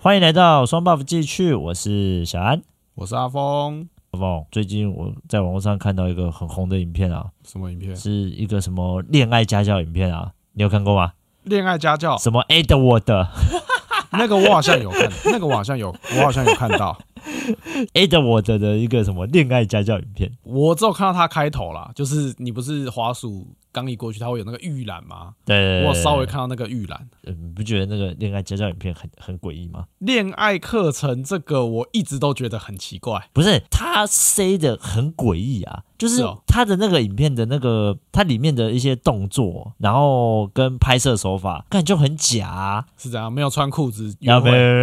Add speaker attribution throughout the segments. Speaker 1: 欢迎来到双 buff 继续，我是小安。
Speaker 2: 我是阿峰。
Speaker 1: 阿峰，最近我在网络上看到一个很红的影片啊，
Speaker 2: 什么影片？
Speaker 1: 是一个什么恋爱家教影片啊，你有看过吗？
Speaker 2: 恋爱家 教？
Speaker 1: 什么 Edward
Speaker 2: 那个我好像有看， 那个我好像有，我好像有看到。
Speaker 1: Edward 的一个什么恋爱家教影片？
Speaker 2: 我只有看到它开头啦，就是你不是滑鼠刚一过去，它会有那个预览吗？
Speaker 1: 对对对
Speaker 2: 我有稍微看到那个预览。
Speaker 1: 呃你不觉得那个恋爱家教影片很很诡异吗？
Speaker 2: 恋爱课程这个我一直都觉得很奇怪。
Speaker 1: 不是，他塞的很诡异啊，就是
Speaker 2: 是哦
Speaker 1: 他的那个影片的那个，它里面的一些动作，然后跟拍摄手法，感就很假、啊。
Speaker 2: 是这样，没有穿裤子
Speaker 1: 啊，
Speaker 2: 约
Speaker 1: 没有没
Speaker 2: 会，
Speaker 1: 有没有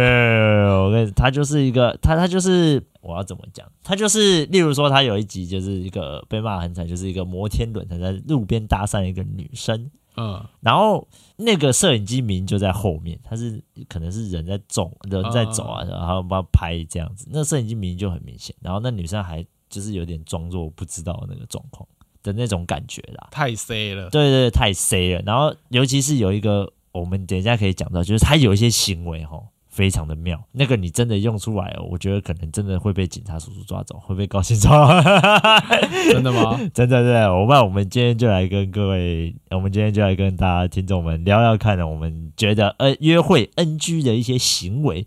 Speaker 1: 没有，我跟你，他就是一个他他就是我要怎么讲？他就是例如说，他有一集就是一个被骂得很惨，就是一个摩天轮，他在路边搭讪一个女生，
Speaker 2: 嗯，
Speaker 1: 然后那个摄影机明就在后面，他是可能是人在走，人在走啊，然后帮他拍这样子，那摄影机明就很明显，然后那女生还就是有点装作不知道那个状况的那种感觉啦，
Speaker 2: 太 C 了。
Speaker 1: 对对，太 C 了。然后尤其是有一个，我们等一下可以讲到，就是他有一些行为哈，非常的妙。那个你真的用出来哦，我觉得可能真的会被警察叔叔抓走， 会被高兴抓。
Speaker 2: 真 的吗？
Speaker 1: 真的真的，我那我们今天就来跟各位，我们今天就来跟大家听众们聊聊看哦呢，我们觉得呃约会 NG 的一些行为，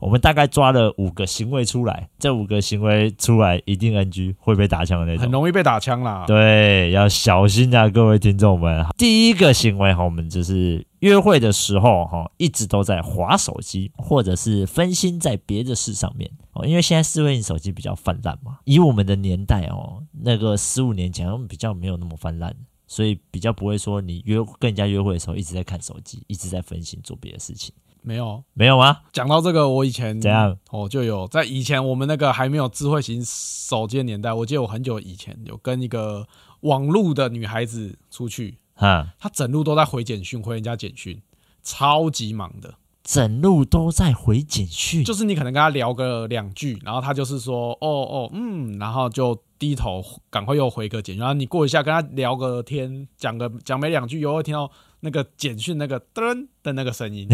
Speaker 1: 我们大概抓了五个行为出来，这五个行为出来一定 NG 会被打枪的那种
Speaker 2: 很。容易被打枪啦。
Speaker 1: 对，要小心啊，各位听众们。第一个行为哈，我们就是约会的时候哈，一直都在划手机，或者是分心在别的事上面哦。因为现在智慧型手机比较泛滥嘛，以我们的年代哦，那个十五年前好像比较没有那么泛滥。所以比较不会说你约跟人家约会的时候一直在看手机，一直在分心做别的事情，
Speaker 2: 没有。
Speaker 1: 没有吗？
Speaker 2: 讲到这个，我以前
Speaker 1: 怎样？
Speaker 2: 哦，就有在以前我们那个还没有智慧型手机的年代，我记得我很久以前有跟一个网路的女孩子出去，
Speaker 1: 哈，
Speaker 2: 她整路都在回简讯，回人家简讯，超级忙的。
Speaker 1: 整路都在回简讯，
Speaker 2: 就是你可能跟她聊个两句，然后她就是说哦哦嗯，然后就低头赶快又回个简讯，然后你过一下跟她聊个天，讲个讲没两句，又会听到那个简讯那个噔的那个声音，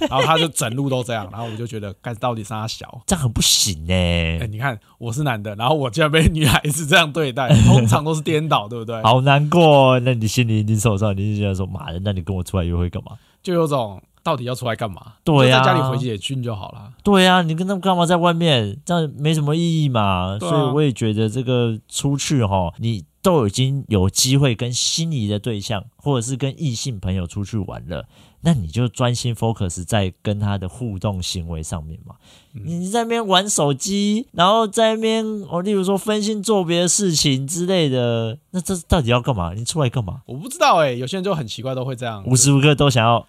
Speaker 2: 然后她就整路都这样，然后我就觉得干到底是她小。
Speaker 1: 这样很不行欸呢、
Speaker 2: 哎、你看我是男的，然后我竟然被女孩子这样 对待，通常都是颠倒，对不对？
Speaker 1: 好难过哦，那你心里一定受伤，你就觉得说妈的，那你跟我出来约会干嘛？
Speaker 2: 就有种到底要出来干嘛？
Speaker 1: 对啊
Speaker 2: 就在家里回简讯就好了。
Speaker 1: 对啊，你跟他们干嘛在外面？这样没什么意义嘛。
Speaker 2: 对啊
Speaker 1: 所以我也觉得这个出去哈，你都已经有机会跟心仪的对象，或者是跟异性朋友出去玩了，那你就专心 focus 在跟他的互动行为上面嘛。
Speaker 2: 嗯
Speaker 1: 你在那边玩手机，然后在那边哦，例如说分心做别的事情之类的，那这到底要干嘛？你出来干嘛？
Speaker 2: 我不知道哎、有些人就很奇怪，都会这样，
Speaker 1: 无时无刻都想要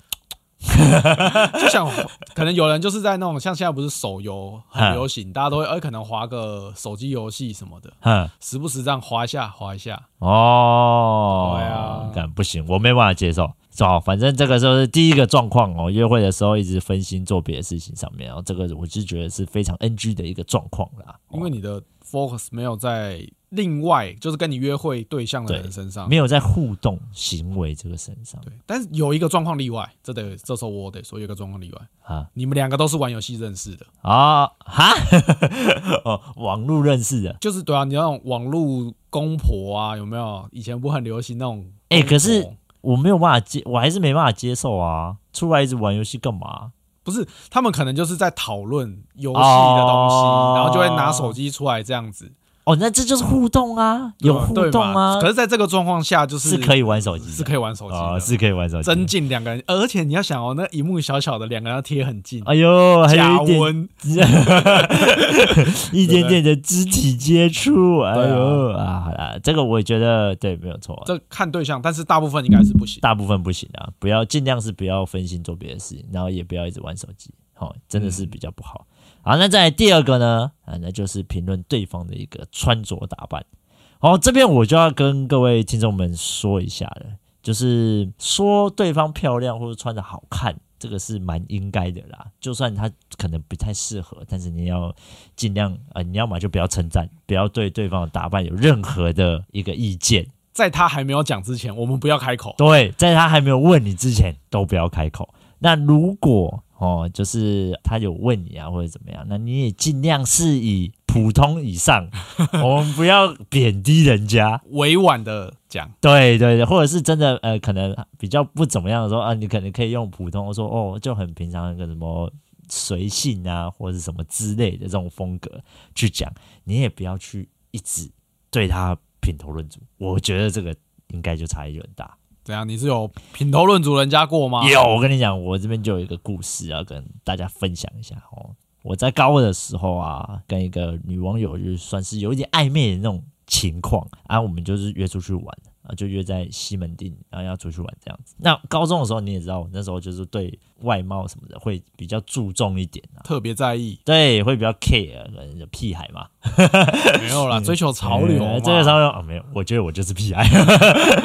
Speaker 2: 就想，可能有人就是在那种像现在不是手游
Speaker 1: 嗯
Speaker 2: 很流行，大家都会，哎、可能划个手机游戏什么的，
Speaker 1: 哼。
Speaker 2: 时不时这样划一下划一下。
Speaker 1: 哦，
Speaker 2: 对啊
Speaker 1: 干不行，我没办法接受。好，反正这个就是第一个状况哦，约会的时候一直分心做别的事情上面，然后这个我就觉得是非常 NG 的一个状况啦。哦
Speaker 2: 因为你的 focus 没有在另外就是跟你约会对象的人身上，
Speaker 1: 没有在互动行为这个身上
Speaker 2: 对，但是有一个状况例外，这得这时候我得说有一个状况例外，
Speaker 1: 啊
Speaker 2: 你们两个都是玩游戏认识的，
Speaker 1: 啊哈 哦，网络认识的。
Speaker 2: 就是对啊，你那种网络公婆啊，有没有？以前不很流行那种公婆？
Speaker 1: 哎可是我没有办法接，我还是没办法接受啊！出来一直玩游戏干嘛？
Speaker 2: 不是他们可能就是在讨论游戏的东西，
Speaker 1: 哦
Speaker 2: 然后就会拿手机出来这样子，
Speaker 1: 哦，那这就是互动啊，有互
Speaker 2: 对
Speaker 1: 动
Speaker 2: 嘛
Speaker 1: 啊，
Speaker 2: 可是在这个状况下，就是
Speaker 1: 是可以玩手机的，
Speaker 2: 是可以玩手机
Speaker 1: 哦，
Speaker 2: 的，
Speaker 1: 是可以玩手机的，
Speaker 2: 增进两个人，而且你要想哦，那荧幕小小的，两个人要贴很近，
Speaker 1: 哎呦，还
Speaker 2: 加
Speaker 1: 有一点
Speaker 2: 温，
Speaker 1: 一点点的肢体接触，哎
Speaker 2: 对
Speaker 1: 呦
Speaker 2: 啊
Speaker 1: 啊，好啦，这个我也觉得对，没有错，
Speaker 2: 这看对象，但是大部分应该是不行。
Speaker 1: 大部分不行啊，不要尽量是不要分心做别的事情，然后也不要一直玩手机，好、真的是比较不好。好，那再来第二个呢，啊，那就是评论对方的一个穿着打扮。好，这边我就要跟各位听众们说一下了，就是说对方漂亮或者穿的好看，这个是蛮应该的啦。就算他可能不太适合，但是你要尽量啊、呃你要么就不要称赞，不要对对方的打扮有任何的一个意见。
Speaker 2: 在他还没有讲之前，我们不要开口。
Speaker 1: 对，在他还没有问你之前，都不要开口。那如果哦，就是他有问你啊或者怎么样，那你也尽量是以普通以上，我们不要贬低人家。
Speaker 2: 委婉的讲，
Speaker 1: 对对对，或者是真的呃，可能比较不怎么样的时候啊，你可能可以用普通说哦，就很平常那个什么随性啊，或者是什么之类的这种风格去讲，你也不要去一直对他品头论足，我觉得这个应该就差异就很大。
Speaker 2: 怎样？你是有品头论足人家过吗？
Speaker 1: 有，我跟你讲，我这边就有一个故事要跟大家分享一下哦。我在高二的时候啊，跟一个女网友就是算是有一点暧昧的那种情况啊，我们就是约出去玩啊，就约在西门町，然后要出去玩这样子。那高中的时候你也知道，我那时候就是对外貌什么的会比较注重一点啊，？
Speaker 2: 特别在意
Speaker 1: 对，会比较 care，可能就屁孩嘛，
Speaker 2: 没有
Speaker 1: 嗯
Speaker 2: 啦，追求潮流嘛，
Speaker 1: 呃这个潮流啊，没有，我觉得我就是屁孩。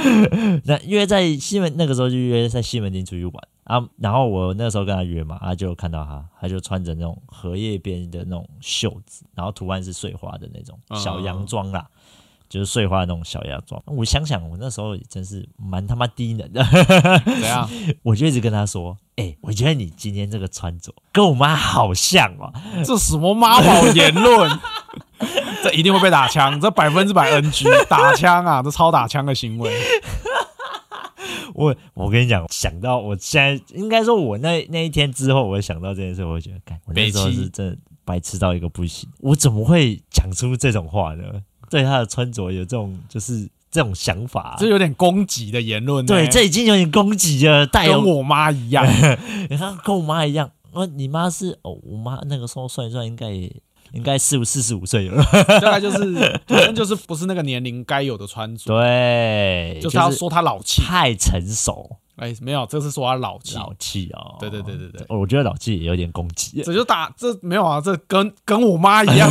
Speaker 1: 那约在西门那个时候就约在西门町出去玩啊，然后我那时候跟他约嘛，啊就看到他，他就穿着那种荷叶边的那种袖子，然后图案是碎花的那种
Speaker 2: 嗯
Speaker 1: 小洋装啦。就是碎花的那种小洋装，我想想，我那时候也真是蛮他妈低能的，
Speaker 2: 怎样？
Speaker 1: 我就一直跟他说：“哎、我觉得你今天这个穿着跟我妈好像哦、
Speaker 2: 这什么妈宝言论？ 这一定会被打枪，这百分之百 NG 打枪啊，这超打枪的行 为。
Speaker 1: 我我跟你讲，想到我现在应该说，我那那一天之后，我想到这件事，我会觉得，干，我那时候
Speaker 2: 北七
Speaker 1: 是真的白痴到一个不行，我怎么会讲出这种话呢？对他的穿着有这种就是这种想法、
Speaker 2: 这有点攻击的言论、呢
Speaker 1: 对，这已经有点攻击了，带
Speaker 2: 跟
Speaker 1: 有
Speaker 2: 我妈一 样，
Speaker 1: 你看跟我妈一样，我你妈是哦，我妈那个时候算一算，应该也应该四五四十五岁有了，
Speaker 2: 大概就是反正就是不是那个年龄该有的穿着，
Speaker 1: 对，就
Speaker 2: 就
Speaker 1: 是
Speaker 2: 要说她老气。
Speaker 1: 太成熟，
Speaker 2: 哎，没有，这是说她老气，
Speaker 1: 老气哦，
Speaker 2: 对对对对对
Speaker 1: 我觉得老气也有点攻击，
Speaker 2: 这就打这没有啊，这跟跟我妈一样，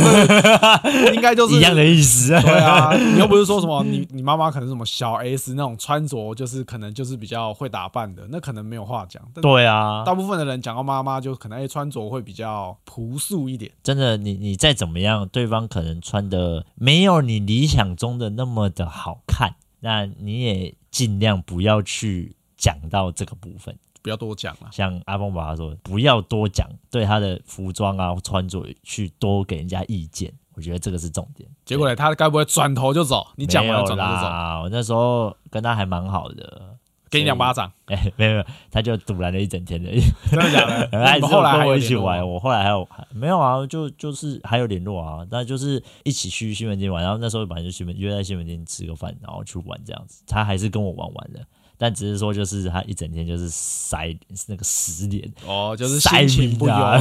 Speaker 2: 这应该就是
Speaker 1: 一样的意思啊。
Speaker 2: 对 啊，你又不是说什么你你妈妈可能是什么小 S 那种穿着，就是可能就是比较会打扮的，那可能没有话讲。但
Speaker 1: 对啊，
Speaker 2: 大部分的人讲到妈妈，就可能哎、穿着会比较朴素一点。
Speaker 1: 真的，你你再怎么样，对方可能穿的没有你理想中的那么的好看，那你也尽量不要去讲到这个部分。
Speaker 2: 不要多讲了，
Speaker 1: 像阿峰爸爸说的，不要多讲对他的服装啊、穿着去多给人家意见，我觉得这个是重点。
Speaker 2: 结果嘞，他该不会转头就走？你
Speaker 1: 你
Speaker 2: 讲完了
Speaker 1: 有
Speaker 2: 转头就走，
Speaker 1: 啦，我那时候跟他还蛮好的，
Speaker 2: 给你两巴掌，
Speaker 1: 哎、没有没有，他就堵拦了一整天的。
Speaker 2: 真的假的？
Speaker 1: 还
Speaker 2: 你
Speaker 1: 是有
Speaker 2: 们后来还
Speaker 1: 跟
Speaker 2: 有
Speaker 1: 我一起
Speaker 2: 联络吗
Speaker 1: 玩，，我后来还有还没有啊？就就是还有联络啊，那就是一起去西门町玩，然后那时候本来就西门约在西门町吃个饭，然后去玩这样子。他还是跟我玩玩的，但只是说就是他一整天就是塞那个死脸，
Speaker 2: 哦，就是
Speaker 1: 塞
Speaker 2: 心情不
Speaker 1: 明
Speaker 2: 优、
Speaker 1: 啊，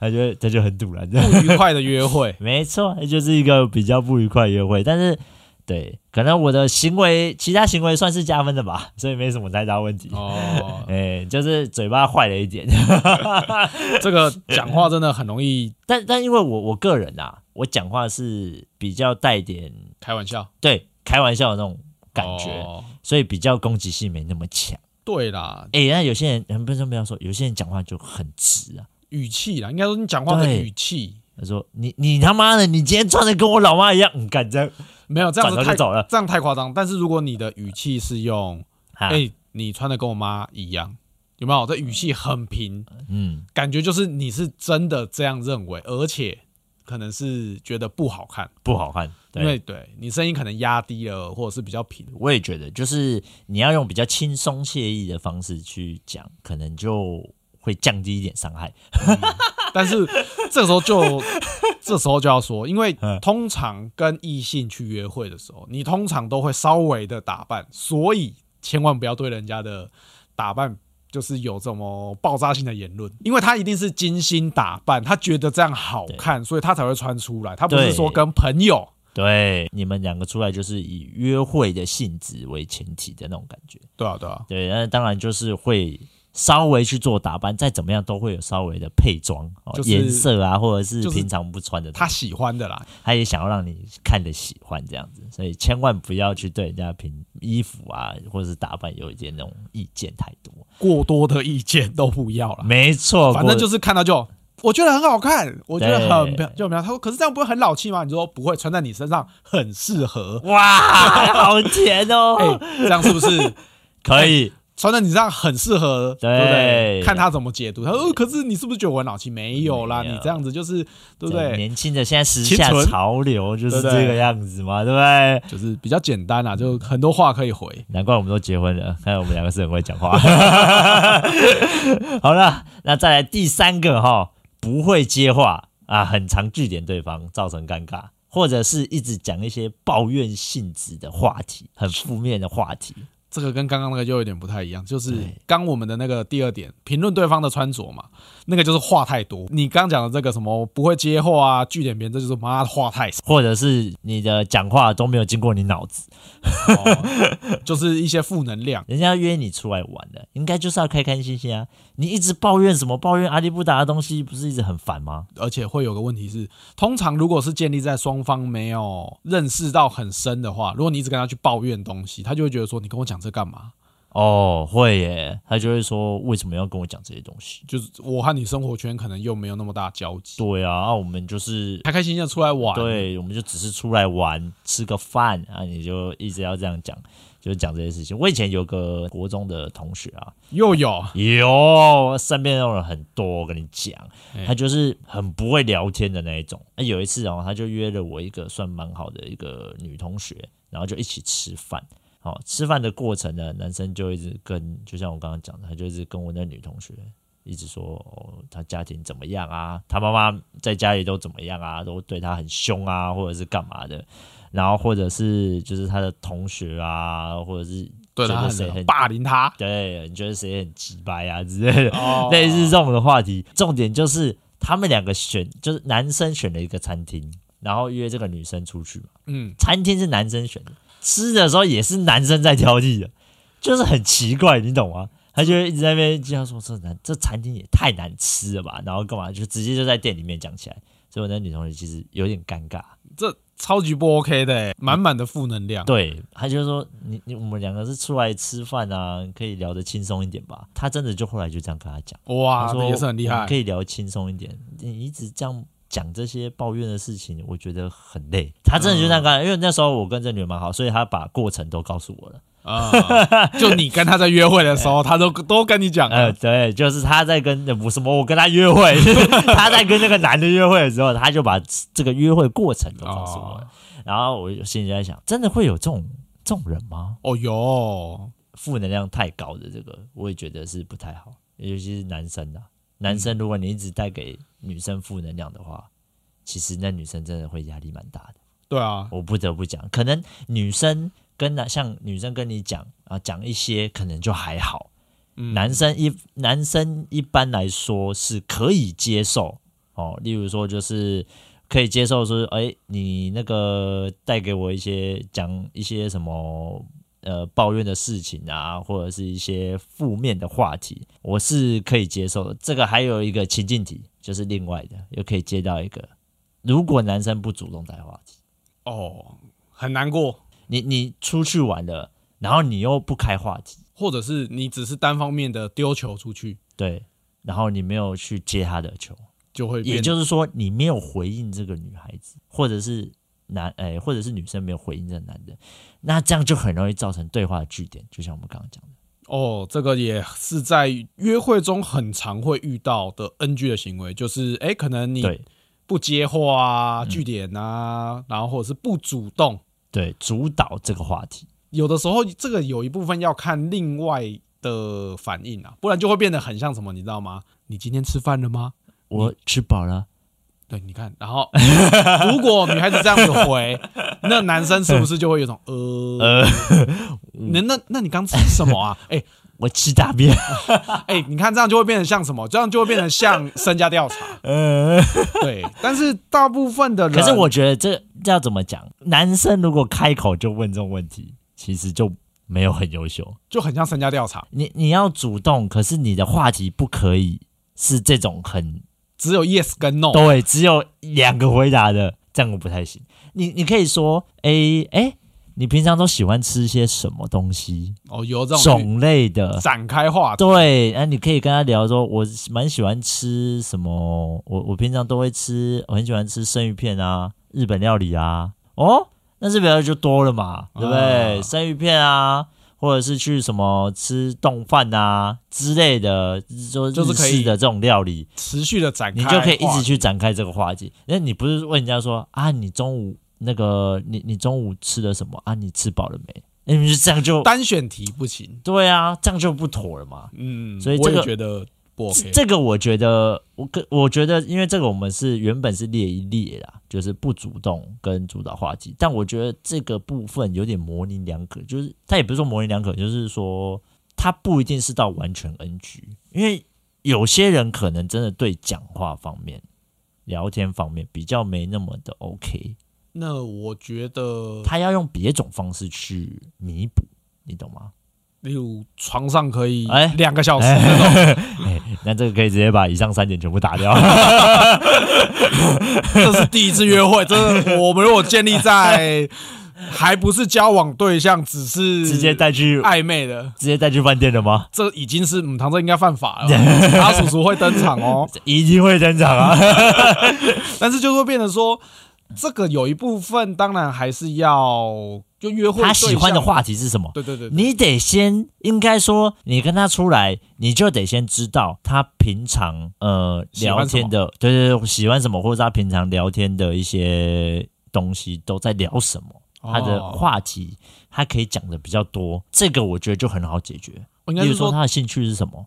Speaker 1: 他就他就很堵然的。。
Speaker 2: 不愉快的约会
Speaker 1: 没错，就是一个比较不愉快的约会，但是对，可能我的行为其他行为算是加分的吧，所以没什么太大问题。
Speaker 2: 哦，
Speaker 1: 哎、就是嘴巴坏了一点，
Speaker 2: 这个讲话真的很容易
Speaker 1: 但但因为我我个人啊，我讲话是比较带点
Speaker 2: 开玩笑
Speaker 1: 对开玩笑的那种感觉，
Speaker 2: 哦
Speaker 1: 所以比较攻击性没那么强。
Speaker 2: 对啦，
Speaker 1: 哎、那有些人，嗯不是不要说，有些人讲话就很直啊。
Speaker 2: 语气啦，应该说你讲话的
Speaker 1: 对
Speaker 2: 语气
Speaker 1: 他说：“你你他妈的，你今天穿的跟我老妈一样，你敢这样
Speaker 2: 没有这
Speaker 1: 转
Speaker 2: 样子
Speaker 1: 头就
Speaker 2: 太
Speaker 1: 走了
Speaker 2: 这样太夸张。但是如果你的语气是用“
Speaker 1: 啊
Speaker 2: 哎、？”你穿的跟我妈一样”，有没有？这语气很平，
Speaker 1: 嗯，
Speaker 2: 感觉就是你是真的这样认为，而且可能是觉得不好看，
Speaker 1: 不好看。
Speaker 2: 因
Speaker 1: 对，
Speaker 2: 为对你声音可能压低了，或者是比较平。
Speaker 1: 我也觉得，就是你要用比较轻松惬意的方式去讲，可能就会降低一点伤害。
Speaker 2: 但是这时候 就这时候就要说，因为
Speaker 1: 嗯
Speaker 2: 通常跟异性去约会的时候，你通常都会稍微的打扮，所以千万不要对人家的打扮。就是有这么爆炸性的言论，因为他一定是精心打扮，他觉得这样好看，所以他才会穿出来。他不是
Speaker 1: 对
Speaker 2: 说跟朋友，
Speaker 1: 对，你们两个出来就是以约会的性质为前提的那种感觉。
Speaker 2: 对啊，对啊，
Speaker 1: 对，那当然就是会稍微去做打扮，再怎么样都会有稍微的配装，哦
Speaker 2: 就是
Speaker 1: 颜色啊，或者是
Speaker 2: 就是
Speaker 1: 平常不穿的东
Speaker 2: 他
Speaker 1: 西，
Speaker 2: 喜欢的啦。
Speaker 1: 他也想要让你看的喜欢这样子，所以千万不要去对人家凭衣服啊，或者是打扮有一点那种意见太多。
Speaker 2: 过多的意见都不要啦。
Speaker 1: 没错，
Speaker 2: 反正就是是看到就，我觉得很好看，我觉得很
Speaker 1: 对
Speaker 2: 漂就很漂亮。他说，可是这样不会很老气吗？你说不会，穿在你身上很适合。
Speaker 1: 哇，好甜哦，
Speaker 2: 哎，这样是不是
Speaker 1: 可以。
Speaker 2: 穿在你身上很适合，
Speaker 1: 对
Speaker 2: 对不对？看他怎么解读。他说：“哦可是你是不是觉得我很老气？没有啦，
Speaker 1: 没有
Speaker 2: 你这样子就是对不对？
Speaker 1: 年轻的现在时
Speaker 2: 清
Speaker 1: 下
Speaker 2: 纯
Speaker 1: 潮流就是
Speaker 2: 对不
Speaker 1: 这
Speaker 2: 对
Speaker 1: 个样子嘛，对不对？
Speaker 2: 就是比较简单啦，就很多话可以回。
Speaker 1: 难怪我们都结婚了，看来我们两个是很会讲话。好了，那再来第三个哈，不会接话啊，很常据点对方，造成尴尬，或者是一直讲一些抱怨性质的话题，很负面的话题。
Speaker 2: 这个跟刚刚那个就有点不太一样，就是
Speaker 1: 对
Speaker 2: 刚我们的那个第二点，评论对方的穿着嘛，那个就是话太多。你刚讲的这个什么不会接话啊，据点别人，这就是妈的话太少。
Speaker 1: 或者是你的讲话都没有经过你脑子，
Speaker 2: 哦就是一些负能量。
Speaker 1: 人家要约你出来玩的，应该就是要开开心心啊！你一直抱怨什么抱怨阿啊里不达的东西，不是一直很烦吗？
Speaker 2: 而且会有个问题是，通常如果是建立在双方没有认识到很深的话，如果你一直跟他去抱怨东西，他就会觉得说你跟我讲这干嘛？
Speaker 1: 哦，会耶，他就会说为什么要跟我讲这些东西？
Speaker 2: 就是我和你生活圈可能又没有那么大交集，
Speaker 1: 对啊，啊我们就是
Speaker 2: 开开心心的出来玩。，
Speaker 1: 对，我们就只是出来玩，吃个饭啊，你就一直要这样讲，就是讲这些事情。我以前有个国中的同学啊，
Speaker 2: 又有
Speaker 1: 有身边那种人很多，我跟你讲
Speaker 2: 哎，
Speaker 1: 他就是很不会聊天的那一种。那有一次哦，他就约了我一个算蛮好的一个女同学，然后就一起吃饭。哦，吃饭的过程呢，男生就一直跟，就像我刚刚讲的，他就一直跟我那女同学一直说，哦，他家庭怎么样啊？他妈妈在家里都怎么样啊？都对他很凶啊，或者是干嘛的？然后或者是就是他的同学啊，或者是
Speaker 2: 对
Speaker 1: 觉
Speaker 2: 他
Speaker 1: 得
Speaker 2: 很
Speaker 1: 谁很
Speaker 2: 霸凌他，
Speaker 1: 对，你觉得谁很鸡掰啊之类的，
Speaker 2: 哦
Speaker 1: 类似这种的话题。重点就是他们两个选，就是男生选了一个餐厅，然后约这个女生出去嘛。
Speaker 2: 嗯，
Speaker 1: 餐厅是男生选的，吃的时候也是男生在挑剔的，就是很奇怪，你懂吗？他就会一直在那边这样说：“这难，这餐厅也太难吃了吧？”然后干嘛就直接就在店里面讲起来。所以我那女同学其实有点尴尬，
Speaker 2: 这超级不 OK 的欸，满满的负能量。
Speaker 1: 对，他就说你你我们两个是出来吃饭啊，可以聊得轻松一点吧。他真的就后来就这样跟他讲，
Speaker 2: 哇，
Speaker 1: 他
Speaker 2: 这
Speaker 1: 说
Speaker 2: 也是很厉
Speaker 1: 我
Speaker 2: 害
Speaker 1: 们可。以聊轻松一点。你一直这样讲这些抱怨的事情，我觉得很累。他真的就这样跟他，因为那时候我跟这女的蛮好，所以他把过程都告诉我了。
Speaker 2: 啊、就你跟他在约会的时候，他都都跟你讲 了
Speaker 1: 呃，对，就是他在跟呃不什么，我跟他约会， 他在跟那个男的约会的时候，他就把这个约会过程都告诉我了。
Speaker 2: 哦
Speaker 1: 然后我就心里在想，真的会有这种这种人吗？
Speaker 2: 哦哟，
Speaker 1: 负能量太高的这个，我也觉得是不太好，尤其是男生啊。男生如果你一直带给女生负能量的话，其实那女生真的会压力蛮大的。
Speaker 2: 对啊，
Speaker 1: 我不得不讲，可能女生跟男像女生跟你讲啊，讲一些可能就还好。
Speaker 2: 嗯
Speaker 1: 男生一男生一般来说是可以接受哦，例如说就是可以接受说，哎、你那个带给我一些讲一些什么呃抱怨的事情啊，或者是一些负面的话题，我是可以接受的。这个还有一个情境题，就是另外的又可以接到一个，如果男生不主动带话题，
Speaker 2: 哦很难过，
Speaker 1: 你你出去玩了，然后你又不开话题，
Speaker 2: 或者是你只是单方面的丢球出去，
Speaker 1: 对，然后你没有去接他的球。
Speaker 2: 就会变
Speaker 1: 也就是说，你没有回应这个女孩子，或者是男，哎、或者是女生没有回应这个男的，那这样就很容易造成对话的据点。就像我们刚刚讲的，
Speaker 2: 哦，这个也是在约会中很常会遇到的 NG 的行为，就是哎，诶可能你
Speaker 1: 对嗯
Speaker 2: 不接话啊、据点啊，然后或者是不主动，
Speaker 1: 对，主导这个话题，
Speaker 2: 有的时候这个有一部分要看另外的反应啊，不然就会变得很像什么，你知道吗？你今天吃饭了吗？
Speaker 1: 我吃饱了，
Speaker 2: 对，你看，然后如果女孩子这样子回，那男生是不是就会有种 呃，那那那你刚吃什么啊？哎
Speaker 1: 我吃大便，
Speaker 2: 哎，你看这样就会变得像什么？这样就会变得像身家调查。对，但是大部分的人，
Speaker 1: 可是我觉得这要怎么讲？男生如果开口就问这种问题，其实就没有很优秀。
Speaker 2: 就很像身家调查，
Speaker 1: 你你要主动，可是你的话题不可以是这种很
Speaker 2: 只有 yes 跟 no。
Speaker 1: 对，只有两个回答的，这样我不太行。你你可以说，诶诶，你平常都喜欢吃些什么东西
Speaker 2: 哦，有这种
Speaker 1: 种类的
Speaker 2: 去？展开话题，
Speaker 1: 对，那、你可以跟他聊说，我蛮喜欢吃什么，我我平常都会吃，我很喜欢吃生鱼片啊，日本料理啊，哦，那日本料理就多了嘛，对不对？
Speaker 2: 啊
Speaker 1: 生鱼片啊，或者是去什么吃冻饭啊之类的，说
Speaker 2: 就是
Speaker 1: 日
Speaker 2: 可以
Speaker 1: 式的这种料理，
Speaker 2: 持续的展开，
Speaker 1: 你就可以一直去展开这个话题。那你不是问人家说啊，你中午那个你你中午吃了什么啊？你吃饱了没？那你就这样就
Speaker 2: 单选题不行。
Speaker 1: 对啊，这样就不妥了嘛。
Speaker 2: 嗯，
Speaker 1: 所以
Speaker 2: 我
Speaker 1: 这
Speaker 2: 也
Speaker 1: 个
Speaker 2: 觉得不 OK
Speaker 1: 这。这个我觉得，我跟我觉得，因为这个我们是原本是列一列啦，就是不主动跟主导话题，但我觉得这个部分有点模棱两可，就是他也不是说模棱两可，就是说他不一定是到完全 NG，因为有些人可能真的对讲话方面、聊天方面比较没那么的 OK，
Speaker 2: 那我觉得，
Speaker 1: 他要用别种方式去弥补，你懂吗？
Speaker 2: 例如床上可以
Speaker 1: 哎
Speaker 2: 两个小时那种，
Speaker 1: 那这个可以直接把以上三点全部打掉。
Speaker 2: 这是第一次约 会，这是我们如果建立在还不是交往对象，只是
Speaker 1: 直接带去
Speaker 2: 暧昧的，
Speaker 1: 直接带去饭店了吗？
Speaker 2: 这已经是母堂，这应该犯 法了。阿叔叔会登场哦，
Speaker 1: 一定会登场 啊！
Speaker 2: 但是就会变成说，这个有一部分当然还是要就约会
Speaker 1: 他喜欢的
Speaker 2: 对象，
Speaker 1: 话题是什么？
Speaker 2: 对对对，对
Speaker 1: 你得先，应该说，你跟他出来，你就得先知道他平常呃
Speaker 2: 喜欢
Speaker 1: 聊天的，对对对，喜欢什么，或者他平常聊天的一些东西都在聊什么，他的
Speaker 2: 哦
Speaker 1: 话题他可以讲的比较多，这个我觉得就很好解决。
Speaker 2: 我应该
Speaker 1: 例
Speaker 2: 是
Speaker 1: 如说
Speaker 2: 说
Speaker 1: 他的兴趣是什么？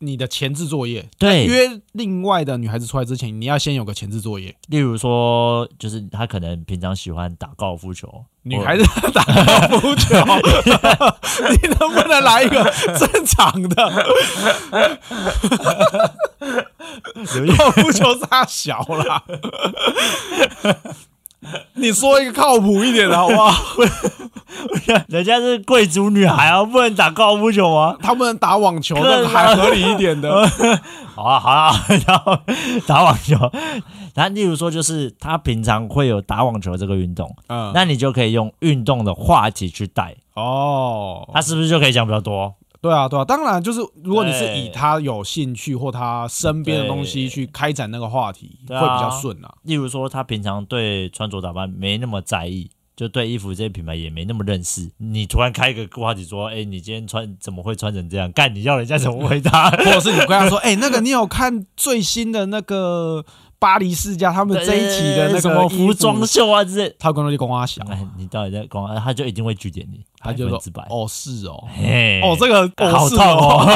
Speaker 2: 你的前置作业，
Speaker 1: 对，
Speaker 2: 约另外的女孩子出来之前，你要先有个前置作业。
Speaker 1: 例如说，就是他可能平常喜欢打高尔夫球，
Speaker 2: 女
Speaker 1: 或
Speaker 2: 孩子打高尔夫球，你能不能来 一个正常的高尔夫球？太小啦。你说一个靠谱一点的好不好？
Speaker 1: 人家是贵族女孩啊，不能打高尔夫球啊吗？
Speaker 2: 他们打网球
Speaker 1: 可能
Speaker 2: 那个还合理一点的，
Speaker 1: 好啊，好啊， 然后打网球，然后例如说，就是他平常会有打网球这个运动，
Speaker 2: 嗯，
Speaker 1: 那你就可以用运动的话题去带，
Speaker 2: 哦，
Speaker 1: 他是不是就可以讲比较多？
Speaker 2: 对啊，对啊，当然就是如果你是
Speaker 1: 对
Speaker 2: 以他有兴趣或他身边的东西
Speaker 1: 对
Speaker 2: 去开展那个话题，会
Speaker 1: 对啊
Speaker 2: 比较顺啊。
Speaker 1: 例如说，他平常对穿着打扮没那么在意，就对衣服这些品牌也没那么认识，你突然开一个话题说，哎，你今天穿怎么会穿成这样？干，你要人家怎么回答？
Speaker 2: 或者是你跟他说，哎、那个你有看最新的那个巴黎世家他们这一期的那个
Speaker 1: 什么
Speaker 2: 衣服
Speaker 1: 服装？秀啊之类。
Speaker 2: 他跟我就跟我小，
Speaker 1: 哎，你到底在讲？他就一定会拒绝你，
Speaker 2: 他就说
Speaker 1: 自白。，
Speaker 2: 哦是哦，
Speaker 1: 嘿
Speaker 2: 哦这个
Speaker 1: 哎好
Speaker 2: 是
Speaker 1: 痛哦，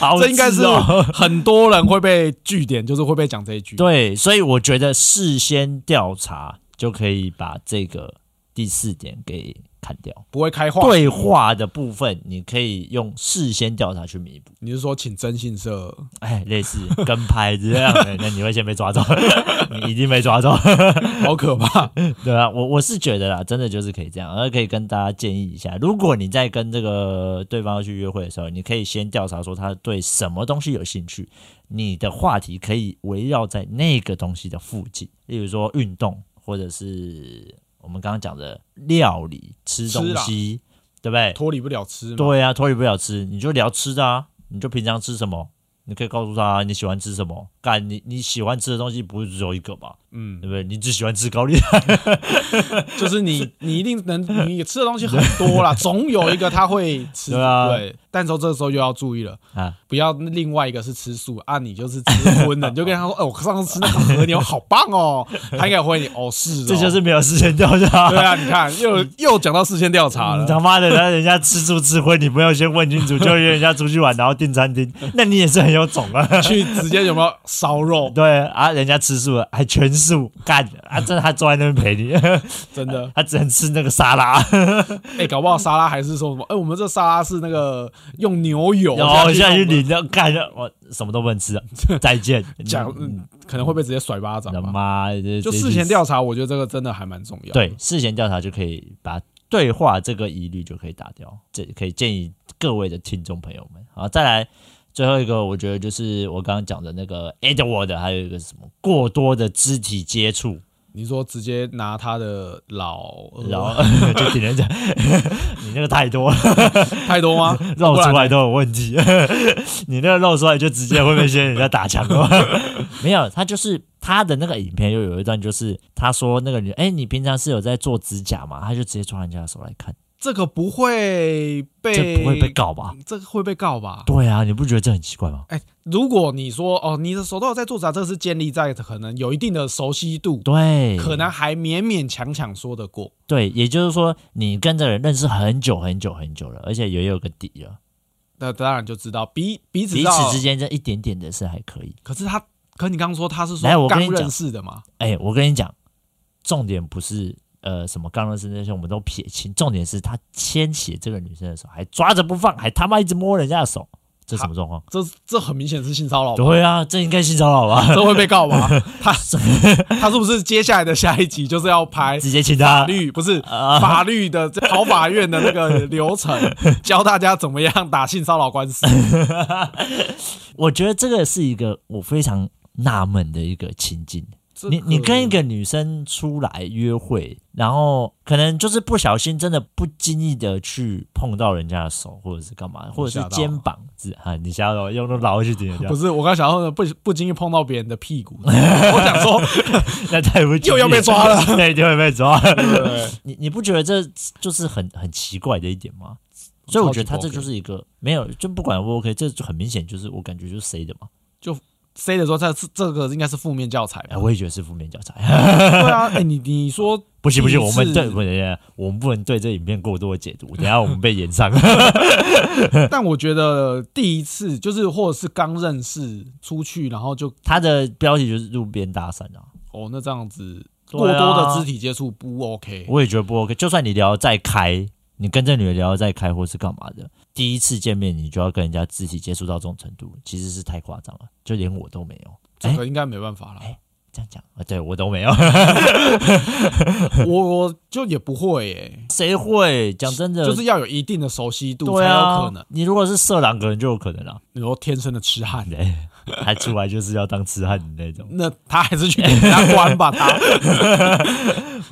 Speaker 1: 好痛，
Speaker 2: 这应该是
Speaker 1: 好刺哦
Speaker 2: 很多人会被据点，就是会被讲这一句。
Speaker 1: 对，所以我觉得事先调查就可以把这个第四点给砍掉。
Speaker 2: 不会开话。，
Speaker 1: 对话的部分，你可以用事先调查去弥补。
Speaker 2: 你是说请征信社？
Speaker 1: 哎，类似跟拍这 样的，那你会先被抓走， 你一定被抓走。
Speaker 2: 好可怕！
Speaker 1: 对啊，我我是觉得啦，真的就是可以这样，而可以跟大家建议一下，如果你在跟这个对方去约会的时候，你可以先调查说他对什么东西有兴趣，你的话题可以围绕在那个东西的附近，例如说运动，或者是我们刚刚讲的料理、吃
Speaker 2: 吃
Speaker 1: 东
Speaker 2: 啦
Speaker 1: 西，对不对？
Speaker 2: 脱离不了吃嘛。
Speaker 1: 对啊，脱离不了吃，你就聊吃的啊，你就平常吃什么。你可以告诉他你喜欢吃什么，干你你喜欢吃的东西不是只有一个吧，
Speaker 2: 嗯
Speaker 1: 对，不对？你只喜欢吃高丽
Speaker 2: 就是你，你一定能，你吃的东西很多啦，总有一个他会吃。
Speaker 1: 对啊
Speaker 2: 对，但是这时候就要注意了，
Speaker 1: 啊，
Speaker 2: 不要另外一个是吃素啊，你就是吃荤 的，你就跟他说，哎，我上次吃那个和牛好棒哦，他应该回你，哦，是哦，
Speaker 1: 这就是没有事先调查。
Speaker 2: 对啊，你看又又讲到事先调查
Speaker 1: 你
Speaker 2: 了，
Speaker 1: 他妈的，让人家吃素吃荤，你不要先问清楚，就约人家出去玩，然后订餐 厅，那你也是很有种啊。
Speaker 2: 去直接有没有烧肉？
Speaker 1: 对啊，人家吃素了还全素，干啊！真的他坐在那边陪你，
Speaker 2: 真的，
Speaker 1: 他只能吃那个沙拉。
Speaker 2: 哎，搞不好沙拉还是说什么？哎，我们这沙拉是那个用牛油
Speaker 1: 然后下去
Speaker 2: 弄的
Speaker 1: 领着干，我什么都不能吃啊，再见。
Speaker 2: 讲，
Speaker 1: 你
Speaker 2: 嗯可能会被直接甩巴掌
Speaker 1: 他
Speaker 2: 吧。
Speaker 1: 妈的，
Speaker 2: 就
Speaker 1: 这
Speaker 2: 事前调查，我觉得这个真的还蛮重要。，
Speaker 1: 对事前调查就可以把对话这个疑虑就可以打掉，这可以建议各位的听众朋友们。好，再来最后一个，我觉得就是我刚刚讲的那个 Edward，还有一个什么过多的肢体接触，
Speaker 2: 你说直接拿他的老二
Speaker 1: 然后就顶人家， 你那个太多了，
Speaker 2: 太多 吗？
Speaker 1: 露出来都有问题， 你那个露出来就直接会被先人家打枪了。 没有，他就是他的那个影片又有一段，就是他说那个女，哎、你平常是有在做指甲吗？他就直接抓人家的手来看。
Speaker 2: 这个不会被
Speaker 1: 这不会被，告吧？
Speaker 2: 这个会被告吧？
Speaker 1: 对啊，你不觉得这很奇怪吗？
Speaker 2: 哎，如果你说哦，你的手都有在做杂，这是建立在可能有一定的熟悉度，
Speaker 1: 对，
Speaker 2: 可能还勉勉强强说得过。
Speaker 1: 对，也就是说，你跟这个人认识很久很久很久了，而且也有个底了，
Speaker 2: 那当然就知道彼彼此
Speaker 1: 彼
Speaker 2: 知道
Speaker 1: 此之间这一点点的事还可以。
Speaker 2: 可是他，可你刚刚说他是
Speaker 1: 来
Speaker 2: 说
Speaker 1: 我跟
Speaker 2: 刚
Speaker 1: 你讲
Speaker 2: 认识的嘛？
Speaker 1: 哎，我跟你讲，重点不是呃什么刚认识那些，我们都撇清，重点是他牵起这个女生的手，还抓着不放，还他妈一直摸人家的手，这什么状况？
Speaker 2: 这这很明显是性 骚扰吧，
Speaker 1: 对啊，这应该性骚扰 吧？
Speaker 2: 这会被告吧？ 他他是不是接下来的下一集就是要拍
Speaker 1: 直接请
Speaker 2: 法
Speaker 1: 他
Speaker 2: 律不是
Speaker 1: 啊
Speaker 2: 法律的这跑法院的那个流程，教大家怎么样打性骚扰官司？
Speaker 1: 我觉得这个是一个我非常纳闷的一个情境。你你跟一个女生出来约会，然后可能就是不小心，真的不经意的去碰到人家的手，或者是干嘛，或者
Speaker 2: 吓
Speaker 1: 是
Speaker 2: 到
Speaker 1: 肩膀子啊，你吓到我用那老去点
Speaker 2: 不
Speaker 1: 掉，
Speaker 2: 是我刚想到不不经意碰到别人的屁股，我想说
Speaker 1: 那太不
Speaker 2: 又要被抓了，
Speaker 1: 对，就会被抓。
Speaker 2: 对
Speaker 1: 你你不觉得这就是很很奇怪的一点吗？所以我觉得他这就是一个没有，就不管 O 不 OK，这就很明显就是我感觉就是 C 的嘛，
Speaker 2: C 的说这是这个应该是负面教材
Speaker 1: 哎，
Speaker 2: 吧？
Speaker 1: 我也觉得是负面教材。
Speaker 2: 对啊，哎你你说
Speaker 1: 不行不行，
Speaker 2: 第一
Speaker 1: 我
Speaker 2: 次
Speaker 1: 们对不对？我们不能对这影片过多的解读，等一下我们被延上。
Speaker 2: 但我觉得第一次就是或者是刚认识出去，然后就
Speaker 1: 他的标题就是路边搭讪啊，
Speaker 2: 哦，那这样子
Speaker 1: 对
Speaker 2: 过
Speaker 1: 啊
Speaker 2: 多的肢体接触不 OK。
Speaker 1: 我也觉得不 OK。就算你聊得再开，你跟这女的聊得再开，或是干嘛的，第一次见面你就要跟人家肢体接触到这种程度，其实是太夸张了，就连我都没有。
Speaker 2: 这个应该没办法了，
Speaker 1: 这样讲啊，对我都没有，
Speaker 2: 我我就也不会耶、
Speaker 1: 谁会讲真的？
Speaker 2: 就是要有一定的熟悉度
Speaker 1: 对
Speaker 2: 才有
Speaker 1: 啊，
Speaker 2: 可能。
Speaker 1: 你如果是色狼，可能就有可能了、
Speaker 2: 你说天生的痴汉，
Speaker 1: 对，他出来就是要当痴汉的那种。
Speaker 2: 那他还是去给人家 关吧，他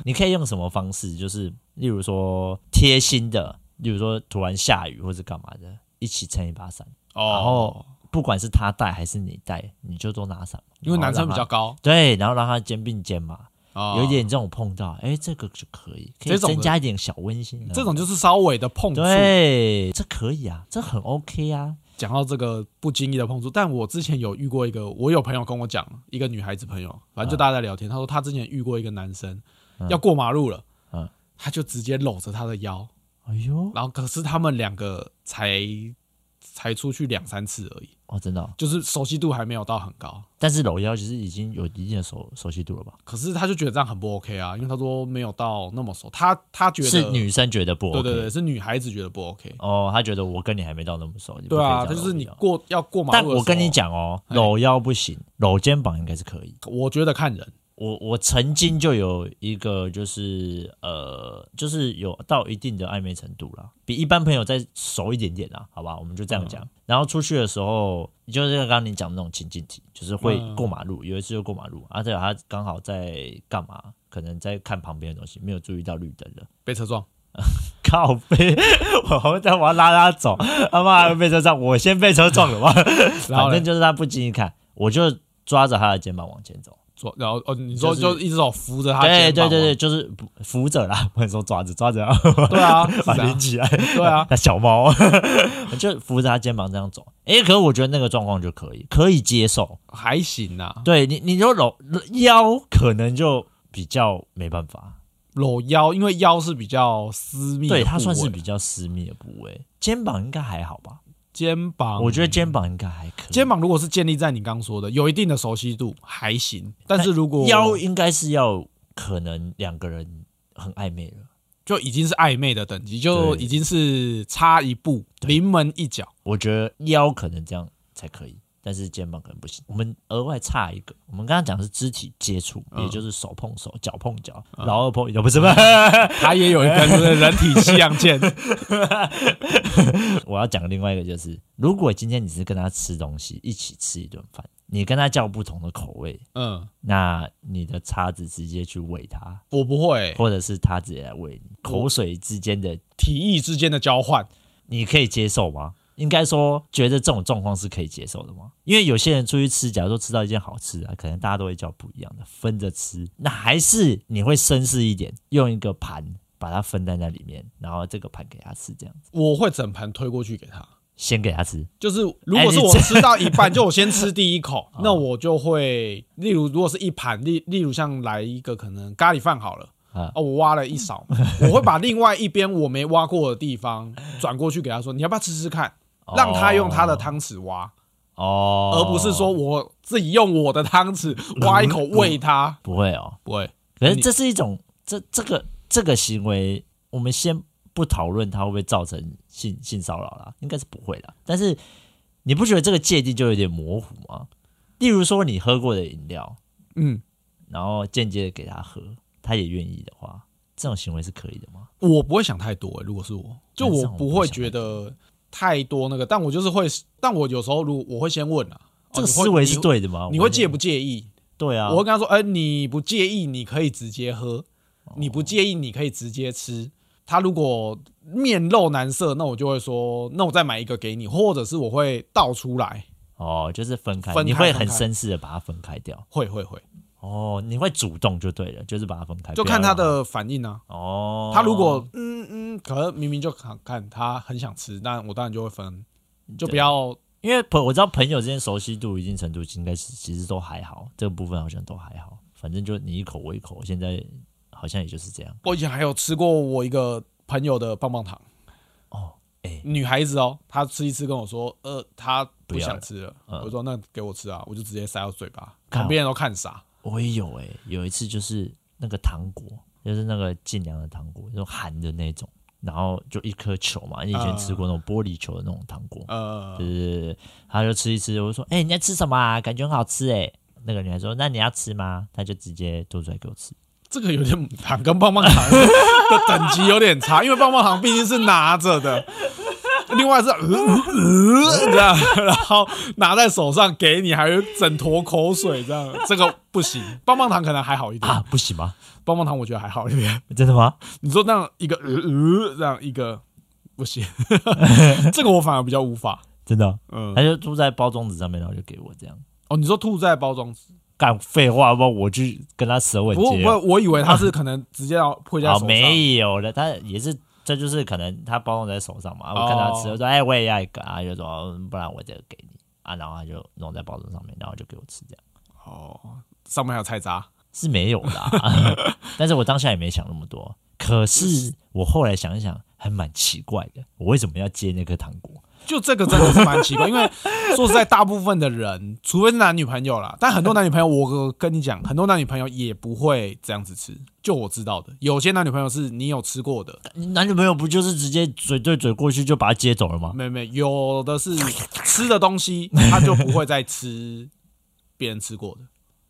Speaker 1: 你可以用什么方式？就是例如说贴心的，例如说突然下雨或者干嘛的，一起撑一把伞，然后
Speaker 2: 哦，
Speaker 1: 不管是他带还是你带，你就都拿伞，
Speaker 2: 因为男生比
Speaker 1: 然后
Speaker 2: 较
Speaker 1: 让他
Speaker 2: 高，
Speaker 1: 对，然后让他肩并肩嘛，
Speaker 2: 哦
Speaker 1: 有一点这种碰到，哎，这个就可以，可以
Speaker 2: 这种的
Speaker 1: 增加一点小温馨啊。
Speaker 2: 这种就是稍微的碰触。
Speaker 1: 对，这可以啊，这很 OK 啊。
Speaker 2: 讲到这个不经意的碰触，但我之前有遇过一个，我有朋友跟我讲，一个女孩子朋友，反正就大家在聊天，她说她之前遇过一个男生
Speaker 1: 嗯
Speaker 2: 要过马路了
Speaker 1: 嗯，
Speaker 2: 他就直接搂着她的腰，
Speaker 1: 哎呦，
Speaker 2: 然后可是他们两个才才出去两三次而已，
Speaker 1: 哦，真的哦、
Speaker 2: 就是熟悉度还没有到很高。
Speaker 1: 但是搂腰其实已经有一定的熟熟悉度了吧？
Speaker 2: 可是他就觉得这样很不 OK 啊，因为他说没有到那么熟，他他觉得
Speaker 1: 是女生觉得不 OK，
Speaker 2: 对对对，是女孩子觉得不 OK，
Speaker 1: 哦，她觉得我跟你还没到那么熟，你不
Speaker 2: 对啊，
Speaker 1: 可以这样
Speaker 2: 就是你
Speaker 1: 搂腰
Speaker 2: 过要过马
Speaker 1: 但
Speaker 2: 路的时候，
Speaker 1: 我跟你，讲哦，
Speaker 2: 哎
Speaker 1: 搂腰不行，搂肩膀应该是可以。
Speaker 2: 我觉得看人，
Speaker 1: 我我曾经就有一个就是呃，就是有到一定的暧昧程度啦，比一般朋友再熟一点点啦，好吧，我们就这样
Speaker 2: 嗯
Speaker 1: 讲。然后出去的时候，就是刚刚你讲的那种情境题，就是会
Speaker 2: 嗯
Speaker 1: 过马路，有一次就过马路，而且他刚好在干嘛，可能在看旁边的东西，没有注意到绿灯了。
Speaker 2: 被车撞，
Speaker 1: 靠背，我好像我要拉他走，他妈的被车撞，我先被车撞了吧。
Speaker 2: 然
Speaker 1: 反
Speaker 2: 后嘞
Speaker 1: 正就是他不经意看，我就抓着他的肩膀往前走。
Speaker 2: 左，然后哦，你说
Speaker 1: 就
Speaker 2: 就是一只手扶着他
Speaker 1: 对
Speaker 2: 肩
Speaker 1: 对
Speaker 2: 膀
Speaker 1: 对对，
Speaker 2: 吗，
Speaker 1: 就是不扶着啦， 不能说抓着，抓着要
Speaker 2: 对啊，是
Speaker 1: 把
Speaker 2: 这
Speaker 1: 拎
Speaker 2: 样，
Speaker 1: 起来。
Speaker 2: 对啊，
Speaker 1: 那小猫 我就扶着他肩膀这样走。诶，可是我觉得那个状况就可以，可以接受。
Speaker 2: 还行啊，
Speaker 1: 对你，你就搂腰，可能就比较没办法。
Speaker 2: 搂腰，因为腰是比较私密的部
Speaker 1: 对，
Speaker 2: 位，
Speaker 1: 它算是比较私密的部位，肩膀应该还好吧？
Speaker 2: 肩膀，
Speaker 1: 我觉得肩膀应该还可以。
Speaker 2: 肩膀如果是建立在你刚说的有一定的熟悉度还行，但是如果
Speaker 1: 腰应该是要可能两个人很暧昧了，
Speaker 2: 就已经是暧昧的等级，就
Speaker 1: 对
Speaker 2: 已经是差一步，临门一脚。
Speaker 1: 我觉得腰可能这样才可以，但是肩膀可能不行。我们额外差一个，我们刚刚讲的是肢体接触，
Speaker 2: 嗯
Speaker 1: 也就是手碰手、脚碰脚、老二碰脚，不是不是，
Speaker 2: 他也有一根人体西洋剑，
Speaker 1: 我要讲另外一个就是，如果今天你是跟他吃东西，一起吃一顿饭，你跟他叫不同的口味，
Speaker 2: 嗯，
Speaker 1: 那你的叉子直接去喂他，
Speaker 2: 我不会
Speaker 1: 或者是他直接来喂你，口水之间的
Speaker 2: 体意之间的交换，
Speaker 1: 你可以接受吗？应该说，觉得这种状况是可以接受的吗？因为有些人出去吃，假如说吃到一件好吃的、啊可能大家都会叫不一样的，分着吃。那还是你会绅士一点，用一个盘把它分在那里面，然后这个盘给他吃，这样子
Speaker 2: 我会整盘推过去给他。
Speaker 1: 先给他吃。
Speaker 2: 就是如果是我吃到一半，就我先吃第 一口，
Speaker 1: 啊
Speaker 2: 那我就会，例如如果是一盘，例例如像来一个可能咖喱饭好了，
Speaker 1: 啊
Speaker 2: 啊，我挖了一勺， 我会把另外一边我没挖过的地方转过去给他说，你要不要吃吃看？让他用他的汤匙挖，
Speaker 1: 哦，
Speaker 2: 而不是说我自己用我的汤匙挖一口喂他，
Speaker 1: 不会哦。
Speaker 2: 不会，
Speaker 1: 可是这是一种这这个这个行为，我们先不讨论它会不会造成性性骚扰啦，应该是不会啦。但是你不觉得这个界定就有点模糊吗？例如说你喝过的饮料，
Speaker 2: 嗯，
Speaker 1: 然后间接的给他喝，他也愿意的话，这种行为是可以的吗？
Speaker 2: 我不会想太多、如果是我，就
Speaker 1: 男
Speaker 2: 我
Speaker 1: 生我
Speaker 2: 不
Speaker 1: 不会
Speaker 2: 会
Speaker 1: 想
Speaker 2: 觉得太多那个，但我就是会，但我有时候如我会先问啊，哦
Speaker 1: 这个
Speaker 2: 你会
Speaker 1: 思维
Speaker 2: 你
Speaker 1: 是
Speaker 2: 会
Speaker 1: 对的吗？
Speaker 2: 你
Speaker 1: 我
Speaker 2: 会
Speaker 1: 觉得
Speaker 2: 介不介意？
Speaker 1: 对啊，
Speaker 2: 我会跟他说，哎、你不介意，你可以直接喝；
Speaker 1: 哦
Speaker 2: 你不介意，你可以直接吃。他如果面露难色，那我就会说，那我再买一个给你，或者是我会倒出来，
Speaker 1: 哦，就是分开，
Speaker 2: 分开
Speaker 1: 你会很
Speaker 2: 分开
Speaker 1: 绅士的把它分开掉。
Speaker 2: 会会会，
Speaker 1: 哦，你会主动就对了，就是把它分开，
Speaker 2: 就
Speaker 1: 不要
Speaker 2: 看他
Speaker 1: 让
Speaker 2: 的反应啊。
Speaker 1: 哦，
Speaker 2: 他如果嗯嗯，可能明明就看看他很想吃，但我当然就会分，就不要
Speaker 1: 因为朋我知道朋友之间熟悉度一定程度，应该是其实都还好，这个部分好像都还好，反正就你一口我一口，现在好像也就是这样。
Speaker 2: 我以前还有吃过我一个朋友的棒棒糖，
Speaker 1: 哦，哎
Speaker 2: 女孩子哦，她吃一次跟我说，呃，她
Speaker 1: 不
Speaker 2: 不
Speaker 1: 要
Speaker 2: 想
Speaker 1: 了
Speaker 2: 吃了，
Speaker 1: 嗯
Speaker 2: 我说那给我吃啊，我就直接塞到嘴巴，
Speaker 1: 靠
Speaker 2: 旁边人都看傻，
Speaker 1: 我也有哎、有一次就是那个糖果，就是那个晋良的糖果，就含的那种，然后就一颗球嘛，你以前吃过那种玻璃球的那种糖果，
Speaker 2: 呃，
Speaker 1: 对对对对，他就吃一吃，我就说，哎、你在吃什么、啊？感觉很好吃哎、那个女孩说：“那你要吃吗？”他就直接做出来给我吃。
Speaker 2: 这个有点糖跟棒棒糖 的等级有点差，因为棒棒糖毕竟是拿着的，另外是呃呃这样，然后拿在手上给你，还有整坨口水这样，这个不行。棒棒糖可能还好一点，
Speaker 1: 啊，不行吗？
Speaker 2: 棒棒糖我觉得还好一点。
Speaker 1: 真的吗？
Speaker 2: 你说那样一个呃呃这样一个 不行，这个我反而比较无法。
Speaker 1: 真的哦、
Speaker 2: 嗯
Speaker 1: 他，就住在包装纸上面，然后就给我这样。
Speaker 2: 哦，你说吐在包装纸？
Speaker 1: 干废话，不然我去跟他舌吻
Speaker 2: 不过
Speaker 1: 接
Speaker 2: 我我以为 他是可能直接要会在手
Speaker 1: 啊，
Speaker 2: 上，
Speaker 1: 没有了，他也是，这就是可能他包装在手上嘛。
Speaker 2: 哦
Speaker 1: 我看他吃，我说哎，我也要一个啊，他就说嗯不然我这个给你啊，然后他就弄在包装上面，然后就给我吃，这样
Speaker 2: 哦，上面还有菜渣。
Speaker 1: 是没有 啦。但是我当下也没想那么多，可是我后来想一想，还蛮奇怪的，我为什么要接那颗糖果？
Speaker 2: 就这个真的是蛮奇怪，因为说实在，大部分的人，除非是男女朋友啦，但很多男女朋友，我跟你讲，很多男女朋友也不会这样子吃。就我知道的，有些男女朋友是你有吃过的，
Speaker 1: 男女朋友不就是直接嘴对嘴过去就把他接走了吗？
Speaker 2: 没没，有的是吃的东西，他就不会再吃别人吃过的。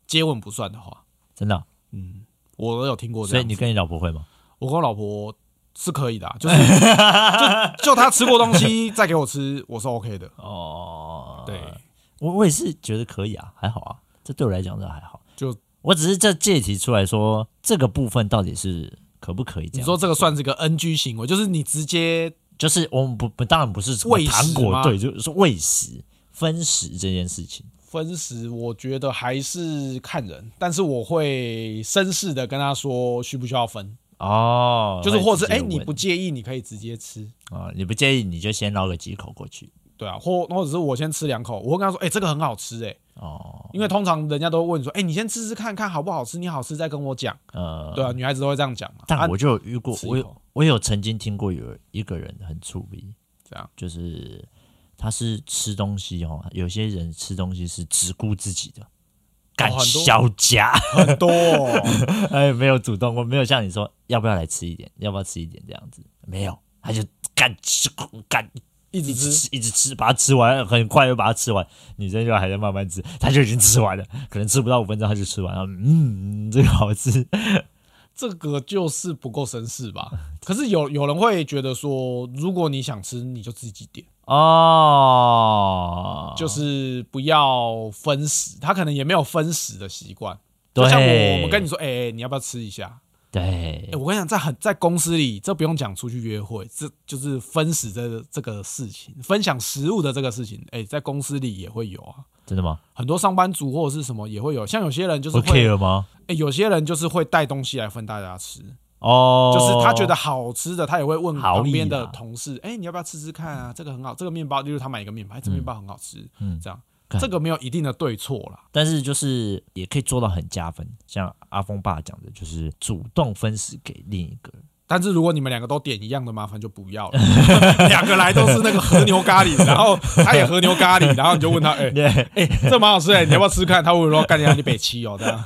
Speaker 2: 接吻不算的话，
Speaker 1: 真的哦、
Speaker 2: 嗯，我有听过这
Speaker 1: 所以
Speaker 2: 样子。
Speaker 1: 你跟你老婆会吗？
Speaker 2: 我跟我老婆是可以的、啊，就是就就她吃过东西再给我吃，我是 OK 的。
Speaker 1: 哦，
Speaker 2: 对，
Speaker 1: 我我也是觉得可以啊，还好啊，这对我来讲这还好。
Speaker 2: 就
Speaker 1: 我只是这借题出来说，这个部分到底是可不可以这样？
Speaker 2: 你说这个算是个 NG 行为，就是你直接
Speaker 1: 就是我们不不当然不是什么
Speaker 2: 喂食
Speaker 1: 糖果
Speaker 2: 吗
Speaker 1: 对，就是说喂食分食这件事情。
Speaker 2: 分食，我觉得还是看人，但是我会绅士的跟他说需不需要分，
Speaker 1: 哦，
Speaker 2: 就是或者是
Speaker 1: 哎、
Speaker 2: 哎、你不介意，你可以直接吃，
Speaker 1: 啊、你不介意你就先捞个几口过去
Speaker 2: 对啊，或或者是我先吃两口，我会跟他说，哎、这个很好吃、哎，
Speaker 1: 哦，
Speaker 2: 因为通常人家都会问说，哎、你先吃吃看看好不好吃，你好吃再跟我讲，
Speaker 1: 呃，
Speaker 2: 对啊，女孩子都会这样讲嘛，啊
Speaker 1: 但我就有遇过，
Speaker 2: 吃一
Speaker 1: 我有
Speaker 2: 口
Speaker 1: 我有曾经听过有一个人很粗鄙，
Speaker 2: 怎样
Speaker 1: 就是他是吃东西哦，有些人吃东西是只顾自己的，干
Speaker 2: 哦很多
Speaker 1: 小夹，
Speaker 2: 很多、哦，
Speaker 1: 哎，没有主动，我没有像你说要不要来吃一点，要不要吃一点这样子，没有，他就干吃干
Speaker 2: 一
Speaker 1: 一
Speaker 2: 直
Speaker 1: 直吃
Speaker 2: 吃，
Speaker 1: 一直吃，把它吃完，很快就把它吃完，女生就还在慢慢吃，他就已经吃完了，可能吃不到五分钟他就吃完了，嗯，这个好吃，
Speaker 2: 这个就是不够绅士吧？可是有有人会觉得说，如果你想吃，你就自己点。
Speaker 1: 哦，
Speaker 2: 就是不要分食，他可能也没有分食的习惯。
Speaker 1: 对
Speaker 2: 就像我，我们跟你说，哎、你要不要吃一下？
Speaker 1: 对
Speaker 2: 哎、，我跟你讲，在很在公司里，这不用讲出去约会，这就是分食这个这个事情，分享食物的这个事情，哎、在公司里也会有啊。
Speaker 1: 真的吗？
Speaker 2: 很多上班族或者是什么也会有，像有些人就是
Speaker 1: 会
Speaker 2: 会，哎、
Speaker 1: care 吗？
Speaker 2: 有些人就是会带东西来分大家吃，
Speaker 1: 哦，
Speaker 2: 就是他觉得好吃的，他也会
Speaker 1: 好
Speaker 2: 问
Speaker 1: 意啦啊
Speaker 2: 旁边的同事，哎，你要不要吃吃看啊？这个很好，这个面包，例如他买一个面包，哎这个面包很好吃，
Speaker 1: 嗯
Speaker 2: 这样
Speaker 1: 干
Speaker 2: 这个没有一定的对错啦。
Speaker 1: 但是就是也可以做到很加分，像阿峰爸讲的，就是主动分食给另一个人。
Speaker 2: 但是如果你们两个都点一样的，麻烦就不要了。 两个来都是那个和牛咖喱，然后他也和牛咖喱，然后你就问他，哎、
Speaker 1: 对，
Speaker 2: 哎、这蛮好吃哎、你要不要吃看？他会说干你啊，你北七哦，这样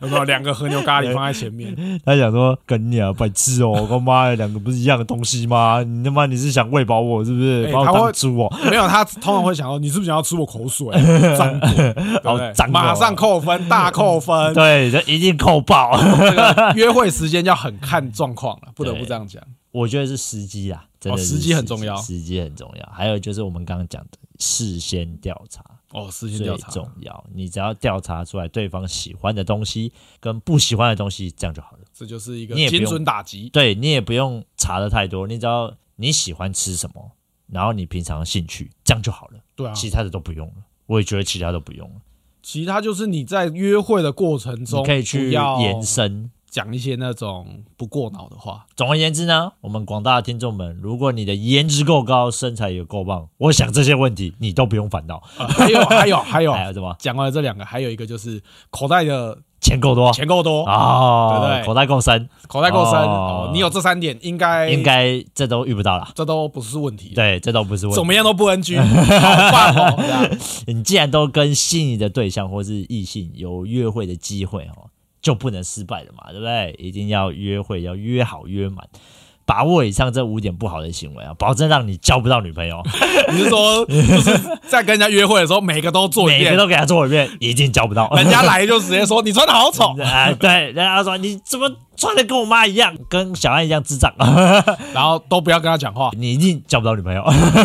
Speaker 2: 有没有？两个和牛咖喱放在 前面，
Speaker 1: 他想说跟你啊，白痴哦、我他妈的两个不是一样的东西吗？你他妈你是想喂饱我是不是？
Speaker 2: 哎
Speaker 1: 把我
Speaker 2: 他会
Speaker 1: 当猪哦、
Speaker 2: 没有他通常会想到你是不是想要吃我口 水？脏狗，对不
Speaker 1: 好
Speaker 2: 对
Speaker 1: 脏哦
Speaker 2: 马上扣分，大扣 分。
Speaker 1: 对，这一定扣爆。
Speaker 2: 这个约会时间要很看状况了，不得不这样讲。
Speaker 1: 我觉得是时机啦，真的是
Speaker 2: 哦时机很重要
Speaker 1: 时机很重要。还有就是我们刚刚讲的事先调查
Speaker 2: 哦，时间
Speaker 1: 最
Speaker 2: 调查
Speaker 1: 重要，你只要调查出来对方喜欢的东西跟不喜欢的东西，这样就好了。
Speaker 2: 这就是一个
Speaker 1: 你也不用
Speaker 2: 精准打击。
Speaker 1: 对你也不用查的太多，你只要你喜欢吃什么，然后你平常的兴趣，这样就好了，
Speaker 2: 对啊，
Speaker 1: 其他的都不用了。我也觉得其他都不用了，
Speaker 2: 其他就是你在约会的过程
Speaker 1: 你
Speaker 2: 中，
Speaker 1: 可以去
Speaker 2: 不要
Speaker 1: 延伸。
Speaker 2: 讲一些那种不过脑的话。
Speaker 1: 总而言之呢，我们广大的听众们，如果你的颜值够高，身材也够棒，我想这些问题你都不用烦恼。
Speaker 2: 呃还 有还有还有，
Speaker 1: 还有什么
Speaker 2: 讲完了这两个，还有一个就是口袋的
Speaker 1: 钱够多
Speaker 2: 钱够多，
Speaker 1: 哦，
Speaker 2: 对不对
Speaker 1: 口袋够深，
Speaker 2: 口袋够深
Speaker 1: 哦
Speaker 2: 哦，你有这三点，应该
Speaker 1: 应该这都遇不到了。
Speaker 2: 这都不是问题，
Speaker 1: 对，这都不是问
Speaker 2: 怎
Speaker 1: 题。啊
Speaker 2: 么样都不 NG，好棒哦！这样
Speaker 1: 你既然都跟心仪的对象或是异性有约会的机会哦，就不能失败了嘛，对不对？一定要约会，要约好约满，把握以上这五点不好的行为啊，保证让你交不到女朋友，
Speaker 2: 你是说就是在跟人家约会的时候，每个都做一
Speaker 1: 每个
Speaker 2: 遍，
Speaker 1: 都给他做一遍，一定交不到。
Speaker 2: 人家来就直接说你穿的好丑，
Speaker 1: 啊、对，人家说你怎么穿的跟我妈一样，跟小安一样智障，
Speaker 2: 然后都不要跟他讲话。
Speaker 1: 你一定交不到女朋友。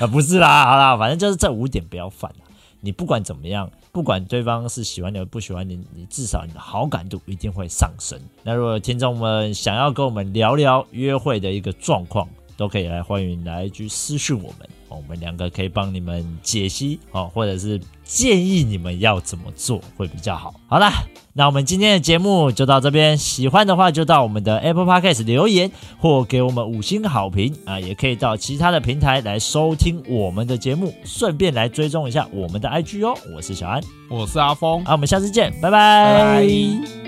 Speaker 1: 啊不是啦，好啦，反正就是这五点不要犯啦。你不管怎么样，不管对方是喜欢你或不喜欢你，你至少你的好感度一定会上升。那如果听众们想要跟我们聊聊约会的一个状况，都可以来欢迎来一句私讯我们，哦我们两个可以帮你们解析哦，或者是建议你们要怎么做会比较好。好啦，那我们今天的节目就到这边，喜欢的话就到我们的 Apple Podcast 留言或给我们五星好评啊，也可以到其他的平台来收听我们的节目，顺便来追踪一下我们的 IG 哦。我是小安，
Speaker 2: 我是阿峰，
Speaker 1: 啊，我们下次见，拜
Speaker 2: 拜
Speaker 1: 拜
Speaker 2: 拜